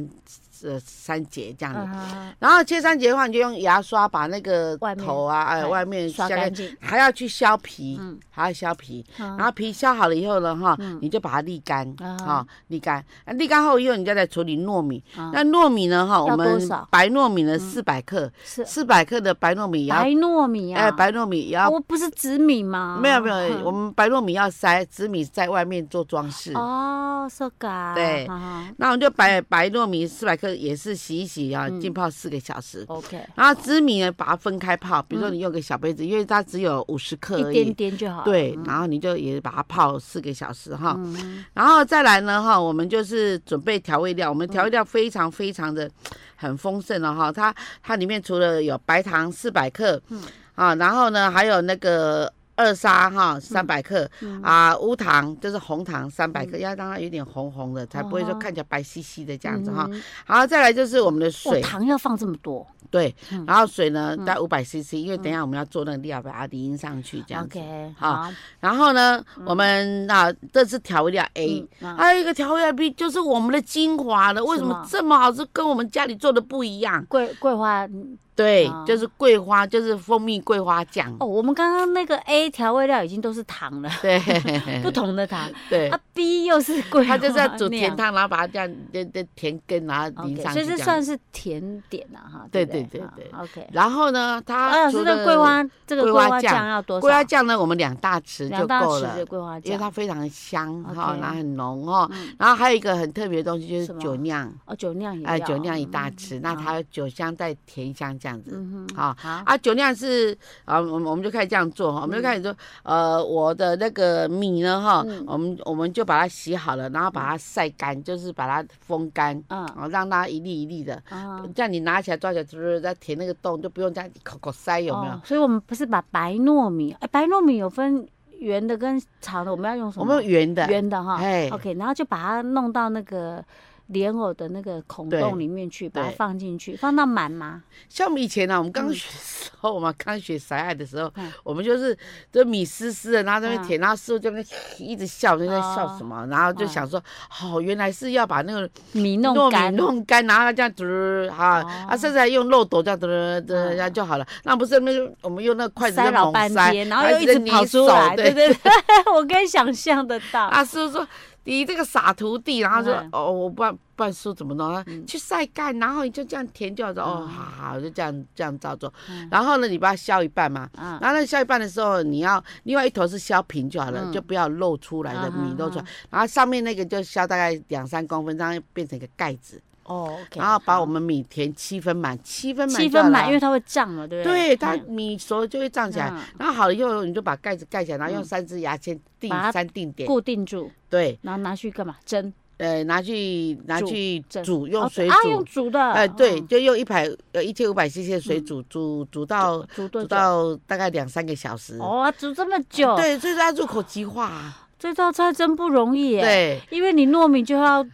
Speaker 2: 呃三节这样子。
Speaker 1: 啊，
Speaker 2: 然后切三节的话，你就用牙刷把那个
Speaker 1: 外面
Speaker 2: 头啊，哎，
Speaker 1: 哎
Speaker 2: 外面
Speaker 1: 刷
Speaker 2: 下
Speaker 1: 干
Speaker 2: 面
Speaker 1: 净。
Speaker 2: 还要去削皮
Speaker 1: 嗯，
Speaker 2: 还要削皮。然
Speaker 1: 然
Speaker 2: 后皮嗯削好了以后呢，哈
Speaker 1: 嗯，
Speaker 2: 你就把它沥干，
Speaker 1: 啊
Speaker 2: 哈，沥干。啊沥干后以后，你再来处理糯米。
Speaker 1: 那
Speaker 2: 那糯米呢，哈，我
Speaker 1: 嗯要多
Speaker 2: 们
Speaker 1: 少嗯
Speaker 2: 白糯米呢四百克，
Speaker 1: 是
Speaker 2: 四百克的白糯米也要
Speaker 1: 白糯米啊，
Speaker 2: 哎，白糯米也
Speaker 1: 啊，
Speaker 2: 要，
Speaker 1: 我不是紫米吗？嗯
Speaker 2: 没有没有，
Speaker 1: 哼
Speaker 2: 我们白糯米要塞，紫米在外面做装饰。
Speaker 1: 哦，so ga，
Speaker 2: 对
Speaker 1: 哈
Speaker 2: 那我们就白白糯米四百克，也是洗一洗啊，
Speaker 1: 嗯哦
Speaker 2: 浸泡四个小时。
Speaker 1: ，OK，
Speaker 2: 然后紫米呢，把它分开泡，比如说你用个小杯子，因为它只有五十克
Speaker 1: 嗯
Speaker 2: 而
Speaker 1: 一点
Speaker 2: 已。
Speaker 1: 点就好了。
Speaker 2: 对，然后你就也把它泡四个小时哈，
Speaker 1: 嗯，
Speaker 2: 然后再来呢哈，我们就是准备调味料，我们
Speaker 1: 嗯
Speaker 2: 调味料非常非常的很丰盛了哈，它它里面除了有白糖四百克，
Speaker 1: 嗯
Speaker 2: 啊，然后呢还有那个二砂哈三百克，
Speaker 1: 嗯
Speaker 2: 啊，乌糖就是红糖三百克，要让它有点红红的，才不会说
Speaker 1: 哦
Speaker 2: 看起来白兮兮的这样子哈。
Speaker 1: 嗯
Speaker 2: 好，再来就是我们的
Speaker 1: 哇，
Speaker 2: 水，
Speaker 1: 糖要放这么多
Speaker 2: 对
Speaker 1: 嗯，
Speaker 2: 然后水呢大概五百 CC，因为等一下我们要做那个料，把它淋上去这样子。
Speaker 1: ，OK，
Speaker 2: 好，然后呢，我们啊这是调味料 A，
Speaker 1: 嗯啊
Speaker 2: 还有一个调味料 B 就是我们的精华了。为什么
Speaker 1: 什么
Speaker 2: 这么好吃？跟我们家里做的不一样。
Speaker 1: 桂桂花
Speaker 2: 嗯对
Speaker 1: 哦，
Speaker 2: 就是桂花，就是蜂蜜桂花酱。
Speaker 1: 哦，我们刚刚那个 A 调味料已经都是糖了，
Speaker 2: 对
Speaker 1: 不同的糖，
Speaker 2: 哎对
Speaker 1: 啊。B 又是桂花
Speaker 2: 它
Speaker 1: 酿，
Speaker 2: 就是要煮甜汤，然后把它这样就就甜羹，然后淋
Speaker 1: OK，所
Speaker 2: 上去
Speaker 1: 以
Speaker 2: 这
Speaker 1: 这
Speaker 2: 样。
Speaker 1: 算是甜点啊，哈，
Speaker 2: 对
Speaker 1: 不
Speaker 2: 对对
Speaker 1: 哈
Speaker 2: 对
Speaker 1: ，OK。
Speaker 2: 然后呢，
Speaker 1: 啊，
Speaker 2: 它
Speaker 1: 老
Speaker 2: 除
Speaker 1: 师，
Speaker 2: 了
Speaker 1: 那桂花这个
Speaker 2: 桂
Speaker 1: 桂
Speaker 2: 花
Speaker 1: 花
Speaker 2: 酱
Speaker 1: 酱要多
Speaker 2: 桂花
Speaker 1: 少？
Speaker 2: 酱呢，我们两大匙就
Speaker 1: 两大
Speaker 2: 够
Speaker 1: 匙的
Speaker 2: 了，
Speaker 1: 桂花
Speaker 2: 因为它
Speaker 1: 酱，
Speaker 2: 非常香
Speaker 1: OK
Speaker 2: 哈，然后很浓哦
Speaker 1: 嗯。
Speaker 2: 然后还有一个很特别的东西就
Speaker 1: 什
Speaker 2: 是
Speaker 1: 么
Speaker 2: 酒酿，
Speaker 1: 哦，酒酿也要，
Speaker 2: 哎，酒酿一大匙，那
Speaker 1: 好
Speaker 2: 它酒香带甜香这样子。
Speaker 1: 嗯哼，
Speaker 2: 好
Speaker 1: 好，
Speaker 2: 啊，酒酿是啊，我们我们就开始这样做哈，我们就开始说，呃，我的那个米呢哈
Speaker 1: 嗯，
Speaker 2: 我们我们就把它洗好了，然后把它晒干，就是把它风干，
Speaker 1: 嗯
Speaker 2: 哦，让它一粒一粒的，
Speaker 1: 啊，
Speaker 2: 这样你拿起来抓起来，就是在填那个洞，就不用这样一口口塞，有没有
Speaker 1: 哦？？所以我们不是把白糯米，哎，白糯米有分圆的跟长的，我们要用什
Speaker 2: 我
Speaker 1: 么？
Speaker 2: 们用圆的，
Speaker 1: 圆的哈
Speaker 2: 哎
Speaker 1: ，OK，然后就把它弄到那个莲藕的那个孔
Speaker 2: 对
Speaker 1: 洞里面去，把它
Speaker 2: 对
Speaker 1: 放进去，放到满吗？
Speaker 2: 像我们以前呢、我们刚学的时候嘛，刚学啥爱的时候
Speaker 1: 嗯，
Speaker 2: 我们就是就米湿湿的，然后在那边舔，然后师傅就在那边一直笑，就在
Speaker 1: 哦
Speaker 2: 笑什么，然后
Speaker 1: 嗯
Speaker 2: 就想说，哦，原来是要把那个
Speaker 1: 米
Speaker 2: 糯
Speaker 1: 弄干哦
Speaker 2: 米，弄干，然后这样嘟儿啊啊，甚至还用漏斗这样嘟儿嘟
Speaker 1: 嗯
Speaker 2: 儿，这样就好了。那不是那个我们用那个筷子
Speaker 1: 塞
Speaker 2: 在
Speaker 1: 老
Speaker 2: 猛
Speaker 1: 半
Speaker 2: 塞，
Speaker 1: 天，然后又一直
Speaker 2: 在
Speaker 1: 跑
Speaker 2: 捏
Speaker 1: 出
Speaker 2: 手
Speaker 1: 来，对
Speaker 2: 对。
Speaker 1: 对对， 我可以想象得到。
Speaker 2: 啊，师傅说你这个傻徒弟，然后说
Speaker 1: 嗯
Speaker 2: 哦，我不然不然师傅怎么弄？他
Speaker 1: 嗯
Speaker 2: 去晒干，然后你就这样填就好了。哦，
Speaker 1: 嗯
Speaker 2: 好好，好就这样这样照做
Speaker 1: 嗯。
Speaker 2: 然后呢，你把它削一半嘛。
Speaker 1: 啊，
Speaker 2: 然后那削一半的时候，你要另外一头是削平就好了，
Speaker 1: 嗯
Speaker 2: 就不要露出来的
Speaker 1: 啊哈
Speaker 2: 米露出来
Speaker 1: 哈。
Speaker 2: 然后上面那个就削大概两三公分，这样变成一个盖子，
Speaker 1: 哦，OK，
Speaker 2: 然后把
Speaker 1: 好
Speaker 2: 我们米填七分满，七分满
Speaker 1: 七
Speaker 2: 就好
Speaker 1: 分满，
Speaker 2: 了啊
Speaker 1: 因为它会胀嘛，对不对？哎
Speaker 2: 对它米熟了就会胀起来
Speaker 1: 嗯。
Speaker 2: 然后好了以后，你就把盖子盖起来，然后用
Speaker 1: 嗯
Speaker 2: 三支牙签定
Speaker 1: 把它
Speaker 2: 三定点，
Speaker 1: 固定住，
Speaker 2: 对。
Speaker 1: 然后拿去干嘛？蒸？
Speaker 2: 呃，拿去拿
Speaker 1: 煮
Speaker 2: 去
Speaker 1: 蒸
Speaker 2: 煮，用
Speaker 1: 哦
Speaker 2: 水
Speaker 1: 啊，用
Speaker 2: 煮，
Speaker 1: 煮的。
Speaker 2: 呃，对，
Speaker 1: 哦，
Speaker 2: 就用一百呃一千五百 CC 的水煮，煮煮到
Speaker 1: 煮多久？
Speaker 2: 煮到大概两三个小时。
Speaker 1: 哦，煮这么久，
Speaker 2: 对，所以说它入口即化啊。
Speaker 1: 这道菜真不容易耶。，
Speaker 2: 对
Speaker 1: 因为你糯米就要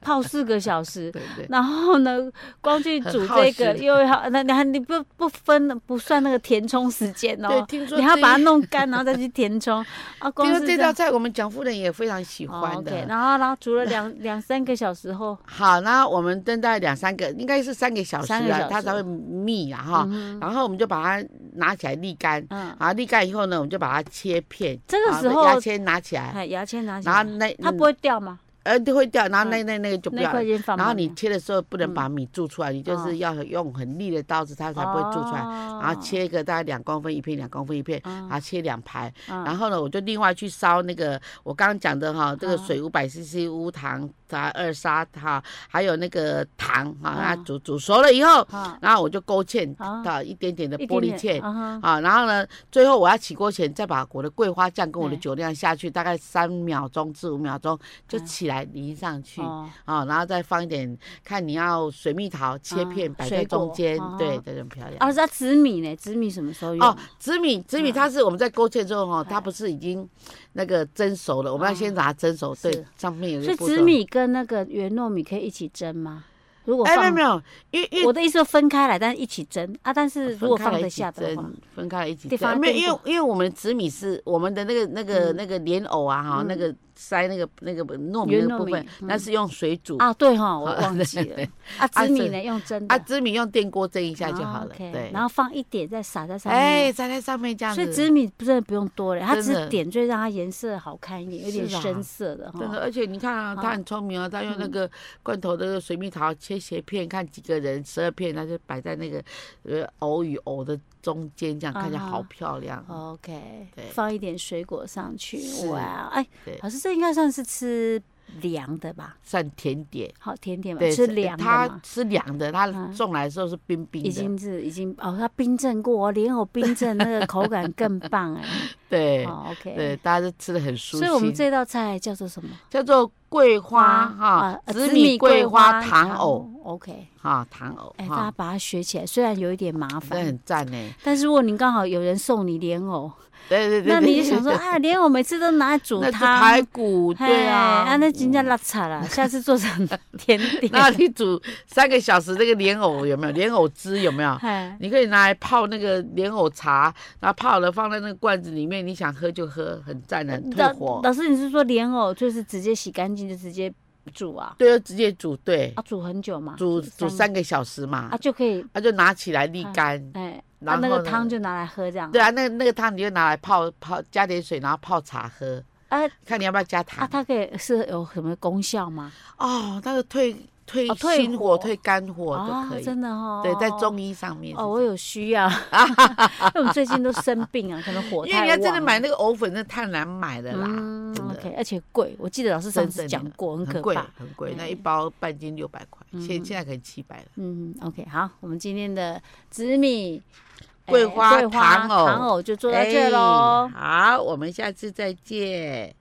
Speaker 1: 泡四个小时。
Speaker 2: 对对，
Speaker 1: 然后呢， 光去
Speaker 2: 很
Speaker 1: 煮
Speaker 2: 耗
Speaker 1: 这
Speaker 2: 时
Speaker 1: 个又要，那那你不不分不算那个填充时间哦，
Speaker 2: 对，听说
Speaker 1: 你还要
Speaker 2: 这
Speaker 1: 把它
Speaker 2: 一
Speaker 1: 弄干，然后再去填 充。啊，光
Speaker 2: 听
Speaker 1: 是
Speaker 2: 说这
Speaker 1: 样
Speaker 2: 道菜我们蒋夫人也非常喜
Speaker 1: 哦
Speaker 2: 欢
Speaker 1: OK，
Speaker 2: 的。
Speaker 1: 然后然后煮了 两两三个小时后，
Speaker 2: 好，那我们等待两三个，应该是三个小时
Speaker 1: 三个
Speaker 2: 啊，
Speaker 1: 小
Speaker 2: 它
Speaker 1: 时
Speaker 2: 才会密啊哈。
Speaker 1: 嗯哼
Speaker 2: 然后我们就把它拿起来沥干，
Speaker 1: 嗯，
Speaker 2: 啊，沥干以后呢，我们就把它切片。
Speaker 1: 这个
Speaker 2: 啊
Speaker 1: 时
Speaker 2: 牙
Speaker 1: 候
Speaker 2: 签拿起来，
Speaker 1: 哎，牙签拿起
Speaker 2: 然后
Speaker 1: 来，
Speaker 2: 那
Speaker 1: 它
Speaker 2: 嗯
Speaker 1: 不会掉吗？
Speaker 2: 呃，就会掉，然后那那那个就不
Speaker 1: 那
Speaker 2: 要
Speaker 1: 块
Speaker 2: 了。
Speaker 1: 先放旁边，
Speaker 2: 然后你切的时候不能
Speaker 1: 嗯
Speaker 2: 把米蛀出来，你就
Speaker 1: 哦
Speaker 2: 是要用很利的刀子，它才不会蛀出来。
Speaker 1: 哦
Speaker 2: 然后，切一个大概两公分一片，两公分一片，
Speaker 1: 嗯
Speaker 2: 然后切两排。
Speaker 1: 嗯
Speaker 2: 然后呢，我就另外去烧那个我刚刚讲的哈，这个
Speaker 1: 哦
Speaker 2: 水五百 CC 乌糖啊二砂哈，还有那个糖哈，
Speaker 1: 哦
Speaker 2: 它煮煮熟了以后，
Speaker 1: 啊，
Speaker 2: 然后我就勾芡
Speaker 1: 哦
Speaker 2: 到一点点的
Speaker 1: 一
Speaker 2: 玻璃
Speaker 1: 点点
Speaker 2: 芡。
Speaker 1: 啊哈
Speaker 2: 啊，然后呢，最后我要起锅前再把我的桂花酱跟我的
Speaker 1: 对
Speaker 2: 酒酿下去，大概三秒钟至五秒钟就
Speaker 1: 嗯
Speaker 2: 起来淋上去。
Speaker 1: 哦
Speaker 2: 啊，然后再放一点，看你要水蜜桃切片
Speaker 1: 啊
Speaker 2: 摆
Speaker 1: 水
Speaker 2: 在中
Speaker 1: 果
Speaker 2: 间，
Speaker 1: 啊
Speaker 2: 对，这种漂亮。
Speaker 1: 啊，那紫米呢？紫米什么时候用？
Speaker 2: 哦，紫米，紫
Speaker 1: 嗯
Speaker 2: 米它是我们在勾芡之后哦哈，它
Speaker 1: 哎
Speaker 2: 不是已经那个蒸熟了，我们要先把它蒸熟。对
Speaker 1: 哦是，
Speaker 2: 上面有一
Speaker 1: 所
Speaker 2: 个
Speaker 1: 以
Speaker 2: 步
Speaker 1: 紫
Speaker 2: 骤。
Speaker 1: 米跟那个圆糯米可以一起蒸吗？如果
Speaker 2: 哎，没有
Speaker 1: 放
Speaker 2: 没，有，因为因为
Speaker 1: 我的意思说分开来，但是一起蒸啊。但是如果
Speaker 2: 分
Speaker 1: 放
Speaker 2: 开来
Speaker 1: 得
Speaker 2: 一起
Speaker 1: 下的话
Speaker 2: 蒸，，分开来一起
Speaker 1: 对放
Speaker 2: 蒸。
Speaker 1: 在
Speaker 2: 没有，
Speaker 1: 电
Speaker 2: 因为
Speaker 1: 锅
Speaker 2: 因为我们紫米是我们的那个那个
Speaker 1: 嗯
Speaker 2: 那个莲藕啊哈，那
Speaker 1: 嗯
Speaker 2: 个塞那个那个糯米
Speaker 1: 圆
Speaker 2: 的部
Speaker 1: 糯
Speaker 2: 分
Speaker 1: 米，
Speaker 2: 那
Speaker 1: 嗯
Speaker 2: 是用水煮。
Speaker 1: 啊，对哈，我
Speaker 2: 好
Speaker 1: 忘记
Speaker 2: 对
Speaker 1: 了。啊，
Speaker 2: 啊
Speaker 1: 紫米
Speaker 2: 是
Speaker 1: 呢？用蒸的
Speaker 2: 啊，，紫米用电锅蒸一下就好
Speaker 1: 哦
Speaker 2: 了。
Speaker 1: ，OK，
Speaker 2: 对，
Speaker 1: 然后放一点再撒在上面。
Speaker 2: 哎，粘在上面这样
Speaker 1: 所
Speaker 2: 子。
Speaker 1: 以紫米真的不用多了，它
Speaker 2: 真
Speaker 1: 只
Speaker 2: 的
Speaker 1: 是点缀让它颜色好看一点，有点
Speaker 2: 是啊
Speaker 1: 深色的
Speaker 2: 真的，
Speaker 1: 哈。
Speaker 2: 而且你看啊，他
Speaker 1: 好
Speaker 2: 很聪明哦，他用
Speaker 1: 嗯
Speaker 2: 那个罐头的水蜜桃切斜片，看几个人十二片，他就摆在那个呃藕与藕的中间，这样看起来
Speaker 1: 啊哈
Speaker 2: 好漂亮。
Speaker 1: OK，
Speaker 2: 对
Speaker 1: 放一点水果上去
Speaker 2: 是，
Speaker 1: 哇，哎
Speaker 2: 对，
Speaker 1: 老师这应该算是吃凉的吧？
Speaker 2: 算甜点，
Speaker 1: 好甜点嘛，嗯
Speaker 2: 对，
Speaker 1: 吃
Speaker 2: 是
Speaker 1: 凉的
Speaker 2: 它
Speaker 1: 嘛，
Speaker 2: 是凉的，它
Speaker 1: 嗯
Speaker 2: 送来的时候是冰冰
Speaker 1: 已
Speaker 2: 的，
Speaker 1: 经是已经哦，它冰镇过，哦，莲藕冰镇那个口感更棒哎。
Speaker 2: 对
Speaker 1: 好
Speaker 2: 对，
Speaker 1: ，OK，
Speaker 2: 大家都吃的很舒
Speaker 1: 所以我们
Speaker 2: 心。
Speaker 1: 这道菜叫做什么？
Speaker 2: 叫做桂花哈
Speaker 1: 啊，
Speaker 2: 紫米桂花糖藕。
Speaker 1: 哦 OK，
Speaker 2: 哈，糖藕
Speaker 1: 哎，大家
Speaker 2: 哈，
Speaker 1: 把它学起来，虽然有一点麻
Speaker 2: 真的
Speaker 1: 烦，
Speaker 2: 很赞呢。
Speaker 1: 但是如果您刚好有人送你莲藕。
Speaker 2: 对 对对，
Speaker 1: 那
Speaker 2: 对
Speaker 1: 你就想说，
Speaker 2: 对
Speaker 1: 啊，连我每次都拿来煮
Speaker 2: 那是
Speaker 1: 汤，
Speaker 2: 排骨，
Speaker 1: 嘿
Speaker 2: 对啊，嗯
Speaker 1: 啊，那人家拉惨了，下次做成甜
Speaker 2: 那
Speaker 1: 点，
Speaker 2: 你煮三个小时那个莲藕有没有？莲藕汁 有没有？
Speaker 1: 哎，
Speaker 2: 你可以拿来泡那个莲藕茶，然后泡了放在那个罐子里面，你想喝就喝，很赞啊的，很退
Speaker 1: 老
Speaker 2: 火。
Speaker 1: 老师，你是说莲藕就是直接洗干净就直接煮啊？
Speaker 2: 对，直接煮，对，
Speaker 1: 啊，煮很久嘛，
Speaker 2: 煮煮
Speaker 1: 个
Speaker 2: 三个小时嘛
Speaker 1: 啊，就可以，
Speaker 2: 啊，就拿起来沥干。
Speaker 1: 哎，啊
Speaker 2: 然
Speaker 1: 那
Speaker 2: 后
Speaker 1: 个
Speaker 2: 呢
Speaker 1: 汤就拿来喝这样，
Speaker 2: 对啊，那那个汤你就拿来泡泡，加点水，然后泡茶喝，
Speaker 1: 啊
Speaker 2: 看你要不要加
Speaker 1: 啊，
Speaker 2: 糖。
Speaker 1: 它可以是有什么功效吗？
Speaker 2: 哦，那个退退
Speaker 1: 哦退
Speaker 2: 心火、
Speaker 1: 火
Speaker 2: 退肝火
Speaker 1: 啊
Speaker 2: 都可，以。
Speaker 1: 真的哦，
Speaker 2: 对，在
Speaker 1: 哦
Speaker 2: 中医上面是
Speaker 1: 哦，
Speaker 2: 这
Speaker 1: 我有需 要，因为我们最近都生病啊，可能火
Speaker 2: 样，因为
Speaker 1: 太
Speaker 2: 你要真的
Speaker 1: 旺
Speaker 2: 买
Speaker 1: 了
Speaker 2: 那个藕粉，那太难买了啦。
Speaker 1: 嗯
Speaker 2: 真的
Speaker 1: ，OK，而且贵，我记得老师上次讲过，很
Speaker 2: 很
Speaker 1: 可
Speaker 2: 贵
Speaker 1: 怕。，
Speaker 2: 很贵，那
Speaker 1: 哎
Speaker 2: 一包半斤六百块，现
Speaker 1: 嗯
Speaker 2: 现在可能七百了。
Speaker 1: 嗯，OK，好，我们今天的紫米、哎
Speaker 2: 桂花
Speaker 1: 桂花
Speaker 2: 糖藕
Speaker 1: 糖藕就做到这喽。
Speaker 2: 哎哎好，我们下次再见。